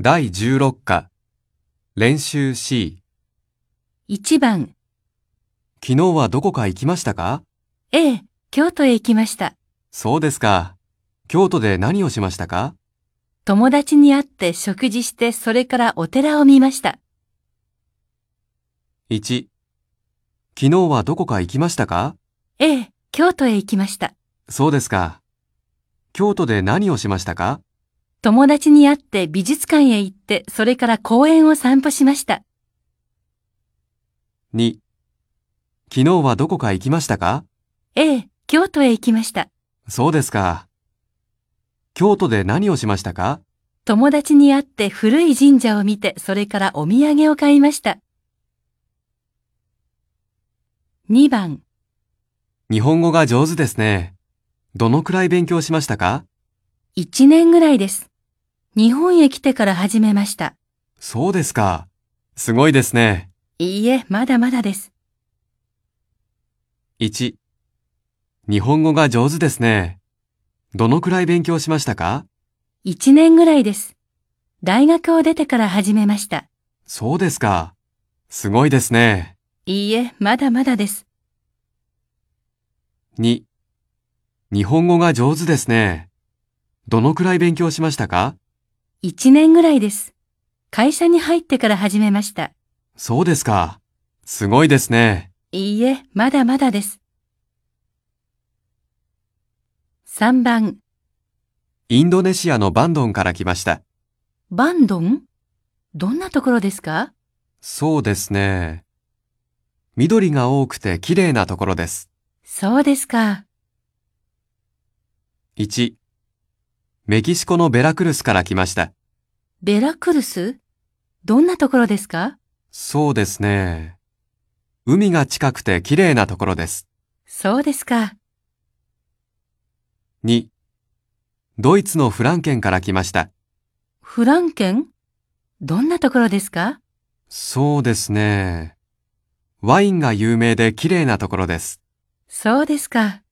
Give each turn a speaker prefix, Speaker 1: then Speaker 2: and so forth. Speaker 1: 第16課、練習 C。
Speaker 2: 1番、
Speaker 1: 昨日はどこか行きましたか
Speaker 2: A、京都へ行きました。
Speaker 1: そうですか。京都で何をしましたか
Speaker 2: 友達に会って食事して、それからお寺を見ました。
Speaker 1: ?1、昨日はどこか行きましたか
Speaker 2: A、京都へ行きました。
Speaker 1: そうですか。京都で何をしましたか
Speaker 2: 友達に会って美術館へ行って、それから公園を散歩しました。
Speaker 1: ?2、昨日はどこか行きましたか
Speaker 2: A、京都へ行きました。
Speaker 1: そうですか。京都で何をしましたか
Speaker 2: 友達に会って古い神社を見て、それからお土産を買いました。2番、
Speaker 1: 日本語が上手ですね。どのくらい勉強しましたか
Speaker 2: 1年ぐらいです。日本へ来てから始めました。
Speaker 1: そうですか。すごいですね。
Speaker 2: いいえ、まだまだです。
Speaker 1: 1日本語が上手ですね。どのくらい勉強しましたか
Speaker 2: 1年ぐらいです。大学を出てから始めました。
Speaker 1: そうですか。すごいですね。
Speaker 2: いいえ、まだまだです。
Speaker 1: 2日本語が上手ですね。どのくらい勉強しましたか
Speaker 2: 1年ぐらいです。会社に入ってから始めました。
Speaker 1: そうですか。すごいですね。
Speaker 2: いいえ、まだまだです。3番、
Speaker 1: インドネシアのバンドンから来ました。
Speaker 2: バンドンどんなところですか
Speaker 1: そうですね。緑が多くて綺麗なところです。
Speaker 2: そうですか。
Speaker 1: 1メキシコのベラクルスから来ました。
Speaker 2: ベラクルスどんなところですか
Speaker 1: そうですね。海が近くて綺麗なところです。
Speaker 2: そうですか。
Speaker 1: 2ドイツのフランケンから来ました。
Speaker 2: フランケンどんなところですか
Speaker 1: そうですね。ワインが有名で綺麗なところです。
Speaker 2: そうですか。